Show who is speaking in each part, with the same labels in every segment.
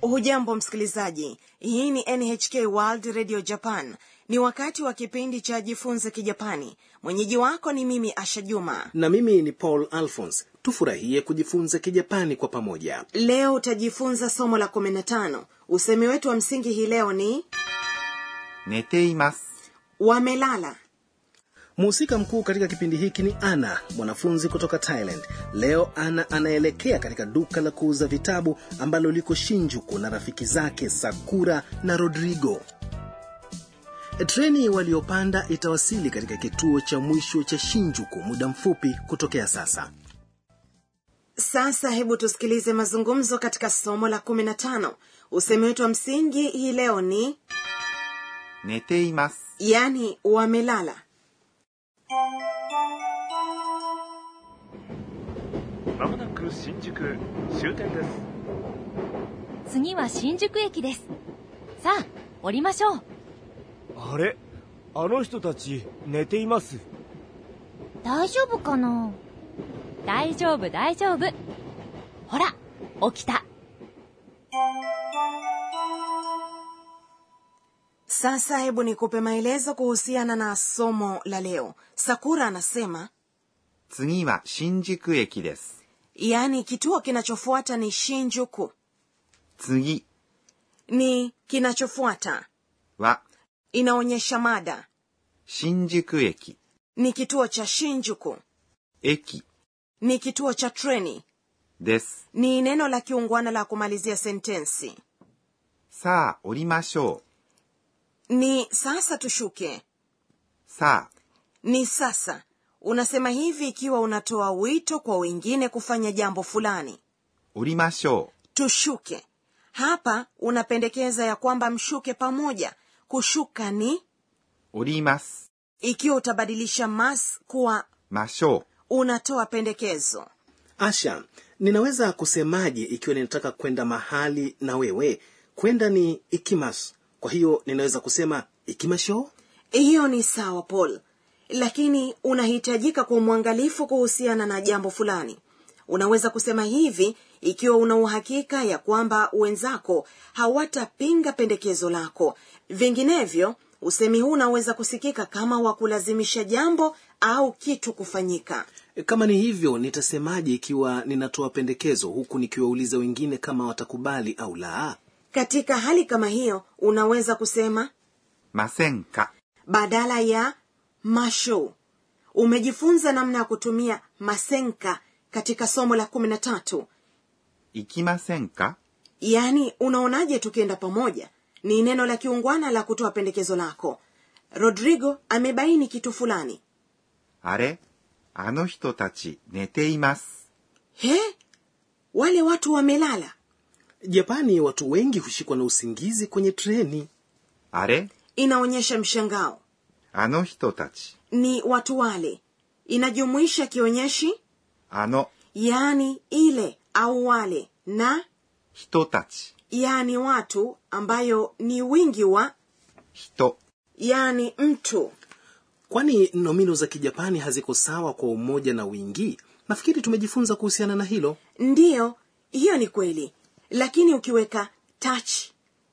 Speaker 1: hujambo msikilizaji hii ni nhk world radio japan ni wakati wa kipindi cha jifunze kijapani mwenyeji wako ni mimi asha juma
Speaker 2: na mimi ni paul alphons tufurahie kujifunza kijapani kwa pamoja
Speaker 1: leo utajifunza somo la 15 usemi wetu wa msingi hii leo ni
Speaker 3: 寝ています。
Speaker 1: wamelala
Speaker 2: mhusika mkuu katika kipindi hiki ni ana mwanafunzi kutoka thailand leo ana anaelekea katika duka la kuuza vitabu ambalo liko shinjuku na rafiki zake sakura na rodrigo treni waliopanda itawasili katika kituo cha mwisho cha shinjuku muda mfupi kutokea sasa
Speaker 1: sasa hebu tusikilize mazungumzo katika somo la 15 usemi wetu wa msingi hii leo ni
Speaker 3: 寝ています。
Speaker 1: yani wamelala
Speaker 4: まもなく新宿終点です
Speaker 5: 次は新宿駅です。さあ、降りましょう。
Speaker 6: あれあの人たち寝ています
Speaker 5: 大丈夫かな大丈夫、大丈夫。ほら、起きた。
Speaker 1: sasa hebu nikupe maelezo kuhusiana na somo la leo sakura anasema
Speaker 3: 次は新宿駅です。
Speaker 1: yaani kituo kinachofuata ni shinjuku
Speaker 3: 次
Speaker 1: ni kinachofuata
Speaker 3: は
Speaker 1: inaonyesha mada
Speaker 3: 新宿駅。
Speaker 1: ni kituo cha shinjuku
Speaker 3: 駅
Speaker 1: ni kituo cha treni
Speaker 3: です。
Speaker 1: ni neno la kiungwana la kumalizia sentensi
Speaker 3: さあ、降りましょう。
Speaker 1: ni sasa tushuke
Speaker 3: さあ、
Speaker 1: ni sasa unasema hivi ikiwa unatoa wito kwa wengine kufanya jambo fulani
Speaker 3: 降りましょ
Speaker 1: tushuke hapa unapendekeza ya kwamba mshuke pamoja kushuka ni
Speaker 3: う。降ります。
Speaker 1: ikiwa utabadilisha mas kuwa
Speaker 3: ましょ
Speaker 1: unatoa pendekezo
Speaker 2: asha ninaweza kusemaje ikiwa ninataka kwenda mahali na wewe kwenda ni ikimas kwa hiyo ninaweza kusema ikimasho
Speaker 1: E, hiyo ni sawa paul lakini unahitajika kuwa mwangalifu kuhusiana na jambo fulani unaweza kusema hivi ikiwa una uhakika ya kwamba wenzako hawatapinga pendekezo lako vinginevyo usemi huu unaweza kusikika kama wa kulazimisha jambo au kitu kufanyika
Speaker 2: kama ni hivyo nitasemaje ikiwa ninatoa pendekezo huku nikiwauliza wengine kama watakubali au la
Speaker 1: katika hali kama hiyo unaweza kusema
Speaker 3: う。ませんか。
Speaker 1: badala ya masho umejifunza namna ya kutumia masenka katika somo la kumi na tatu
Speaker 3: 行きませんか
Speaker 1: yaani unaonaje tukienda pamoja ni neno la kiungwana la kutoa pendekezo lako rodrigo amebaini kitu fulani
Speaker 3: あれあの人たち寝ています。
Speaker 1: he wale watu wamelala
Speaker 2: japani watu wengi hushikwa na usingizi kwenye treni
Speaker 3: あれ
Speaker 1: inaonyesha mshangao
Speaker 3: あの人たち。
Speaker 1: ni watu wale inajumuisha kionyeshi
Speaker 3: あの
Speaker 1: yaani ile au wale na
Speaker 3: 人たち。
Speaker 1: yaani watu ambayo ni wingi wa
Speaker 3: 人。
Speaker 1: yaani mtu
Speaker 2: kwani nomino za kijapani haziko sawa kwa umoja na wingi nafikiri tumejifunza kuhusiana na hilo
Speaker 1: ndiyo hiyo ni kweli lakini ukiweka tach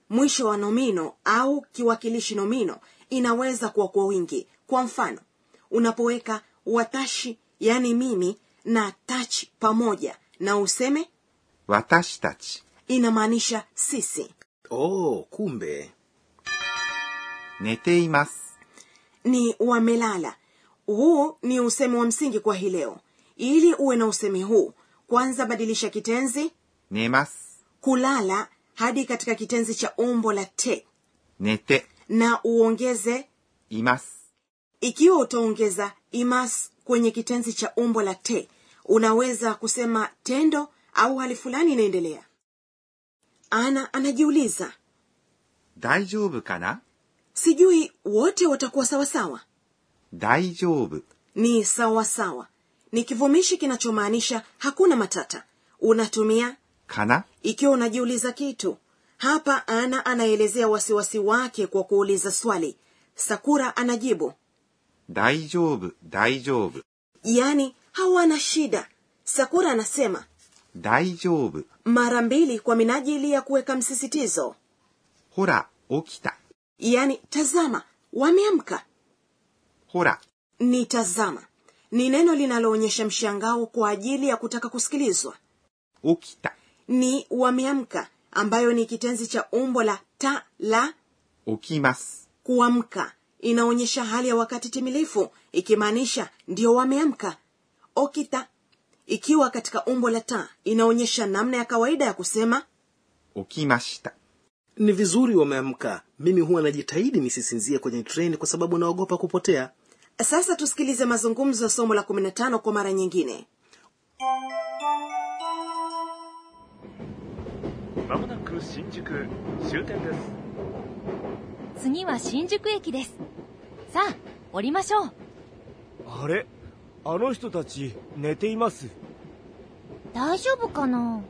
Speaker 1: mwisho wa nomino au kiwakilishi nomino inaweza kuwa kwa wingi kwa mfano unapoweka watashi yaani mimi na tach pamoja na useme
Speaker 3: 私たち。
Speaker 1: inamaanisha sisi
Speaker 2: oh kumbe
Speaker 3: 寝ています。
Speaker 1: ni wamelala huu ni usemi wa msingi kwa hii leo ili uwe na usemi huu kwanza badilisha kitenzi
Speaker 3: 寝ます。
Speaker 1: kulala hadi katika kitenzi cha umbo la te
Speaker 3: 寝て
Speaker 1: na uongeze
Speaker 3: います。
Speaker 1: ikiwa utaongeza imas kwenye kitenzi cha umbo la te unaweza kusema tendo au hali fulani inaendelea ana anajiuliza
Speaker 3: 大丈夫かな
Speaker 1: sijui wote watakuwa sawasawa
Speaker 3: 大丈夫。
Speaker 1: ni sawasawa ni kivumishi kinachomaanisha hakuna matata unatumia
Speaker 3: かな
Speaker 1: ikiwa unajiuliza kitu hapa ana anaelezea wasiwasi wake kwa kuuliza swali sakura anajibu
Speaker 3: 大丈夫、大丈夫。
Speaker 1: yaani hawana shida sakura anasema
Speaker 3: 大丈夫。
Speaker 1: mara mbili kwa minajili ya kuweka msisitizo
Speaker 3: ほら、起きた。
Speaker 1: yaani tazama wameamka
Speaker 3: ほら、
Speaker 1: ni tazama ni neno linaloonyesha mshangao kwa ajili ya kutaka kusikilizwa
Speaker 3: 起きた。
Speaker 1: ni wameamka ambayo ni kitenzi cha umbo la ta la
Speaker 3: 起きます。
Speaker 1: kuamka inaonyesha hali ya wakati timilifu ikimaanisha ndio wameamka okita ikiwa katika umbo la ta inaonyesha namna ya kawaida ya kusema
Speaker 3: 起きました。
Speaker 2: Ni vizuri wameamka. Mimi huwa najitahidi nisisinzie kwenye treni kwa sababu naogopa kupotea.
Speaker 1: sasa tusikilize mazungumzo ya somo la 15 kwa mara nyingine
Speaker 4: まもなく新宿終点です
Speaker 5: 次は新宿駅です。さあ、降りましょう。
Speaker 6: あれあの人たち寝ています
Speaker 5: 大丈夫かな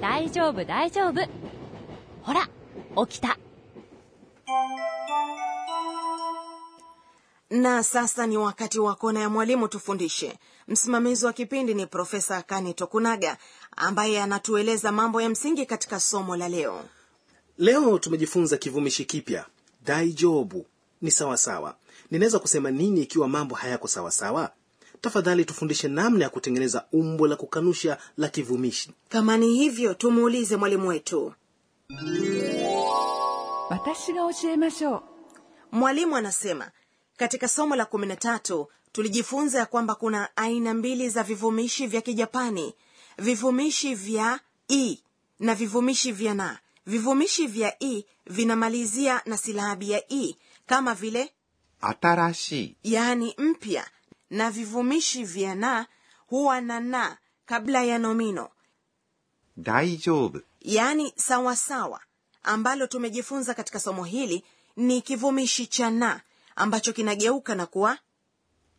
Speaker 5: 大丈夫、大丈夫。ほら、起きた。
Speaker 1: na sasa ni wakati wa kona ya mwalimu tufundishe msimamizi wa kipindi ni profesa kani tokunaga ambaye anatueleza mambo ya msingi katika somo la leo
Speaker 2: Leo tumejifunza kivumishi kipya daijobu, ni sawasawa. Ninaweza kusema nini ikiwa mambo hayako sawasawa? Tafadhali tufundishe namna ya kutengeneza umbo la kukanusha la kivumishi.
Speaker 1: kama ni hivyo tumuulize mwalimu wetu
Speaker 7: 私が教えましょう
Speaker 1: mwalimu anasema katika somo la 13 tulijifunza ya kwamba kuna aina mbili za vivumishi vya kijapani vivumishi vya i na vivumishi vya na vivumishi vya i vinamalizia na silabi ya i kama vile
Speaker 3: 新しい、
Speaker 1: yaani mpya na vivumishi vya na huwa na na kabla ya nomino
Speaker 3: 大丈夫、
Speaker 1: yaani sawasawa ambalo tumejifunza katika somo hili ni kivumishi cha na ambacho kinageuka na kuwa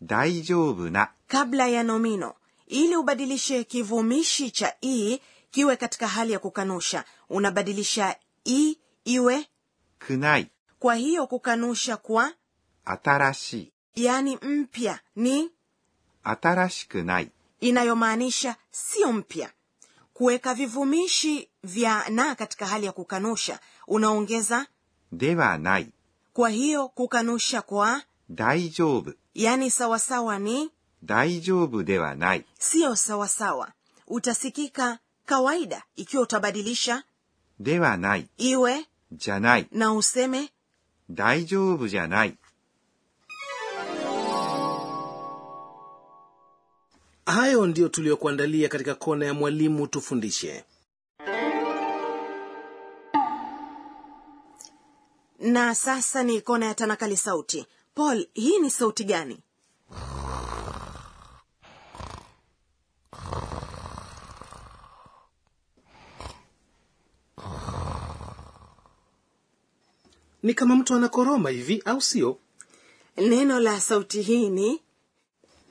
Speaker 3: 大丈夫な、
Speaker 1: kabla ya nomino ili ubadilishe kivumishi cha i kiwe katika hali ya kukanusha unabadilisha i iwe
Speaker 3: くない、
Speaker 1: kwa hiyo kukanusha kwa
Speaker 3: 新しい、
Speaker 1: yaani mpya ni
Speaker 3: 新しくない、
Speaker 1: inayomaanisha sio mpya kuweka vivumishi vya na katika hali ya kukanusha unaongeza
Speaker 3: ではない、
Speaker 1: kwa hiyo kukanusha kwa
Speaker 3: 大丈夫、
Speaker 1: yaani sawasawa ni
Speaker 3: 大丈夫ではない、
Speaker 1: siyo sawasawa utasikika kawaida ikiwa utabadilisha
Speaker 3: ではない、
Speaker 1: iwe
Speaker 3: じゃない、
Speaker 1: na useme
Speaker 3: 大丈夫じゃない、
Speaker 2: Hayo ndiyo tuliyokuandalia katika kona ya mwalimu tufundishe.
Speaker 1: na sasa ni kona ya tanakali sauti paul hii ni sauti gani
Speaker 2: Ni kama mtu anakoroma hivi, au sio?
Speaker 1: neno la sauti hii ni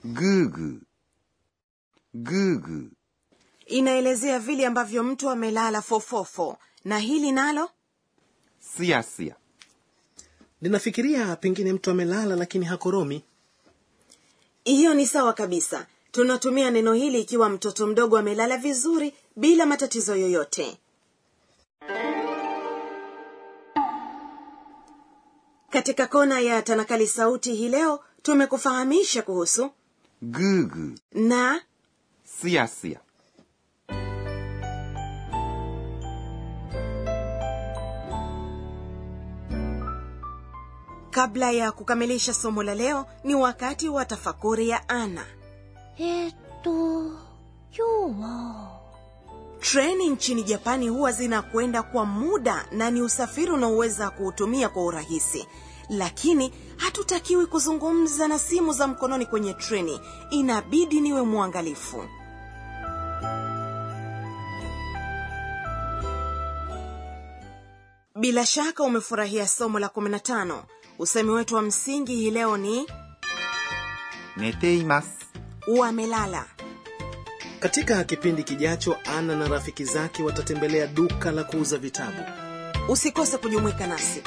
Speaker 3: ぐーぐー、ぐーぐー、
Speaker 1: inaelezea vile ambavyo mtu amelala fofofo na hili nalo
Speaker 3: すやすや、
Speaker 2: Ninafikiria pengine mtu amelala lakini hakoromi.
Speaker 1: hiyo ni sawa kabisa tunatumia neno hili ikiwa mtoto mdogo amelala vizuri bila matatizo yoyote katika kona ya tanakali sauti hii leo tumekufahamisha kuhusu
Speaker 3: ぐーぐー、
Speaker 1: na
Speaker 3: すやすや、
Speaker 1: kabla ya kukamilisha somo la leo ni wakati wa tafakuri ya ana
Speaker 5: えー、っと、今日は、
Speaker 1: treni nchini japani huwa zinakwenda kwa muda na ni usafiri unaoweza kuutumia kwa urahisi lakini hatutakiwi kuzungumza na simu za mkononi kwenye treni inabidi niwe mwangalifu bila shaka umefurahia somo la 15 usemi wetu wa msingi hii leo ni
Speaker 3: 寝ています。
Speaker 1: wamelala
Speaker 2: Katika kipindi kijacho, Ana na rafiki zake watatembelea duka la kuuza vitabu.
Speaker 1: usikose kujumuika nasi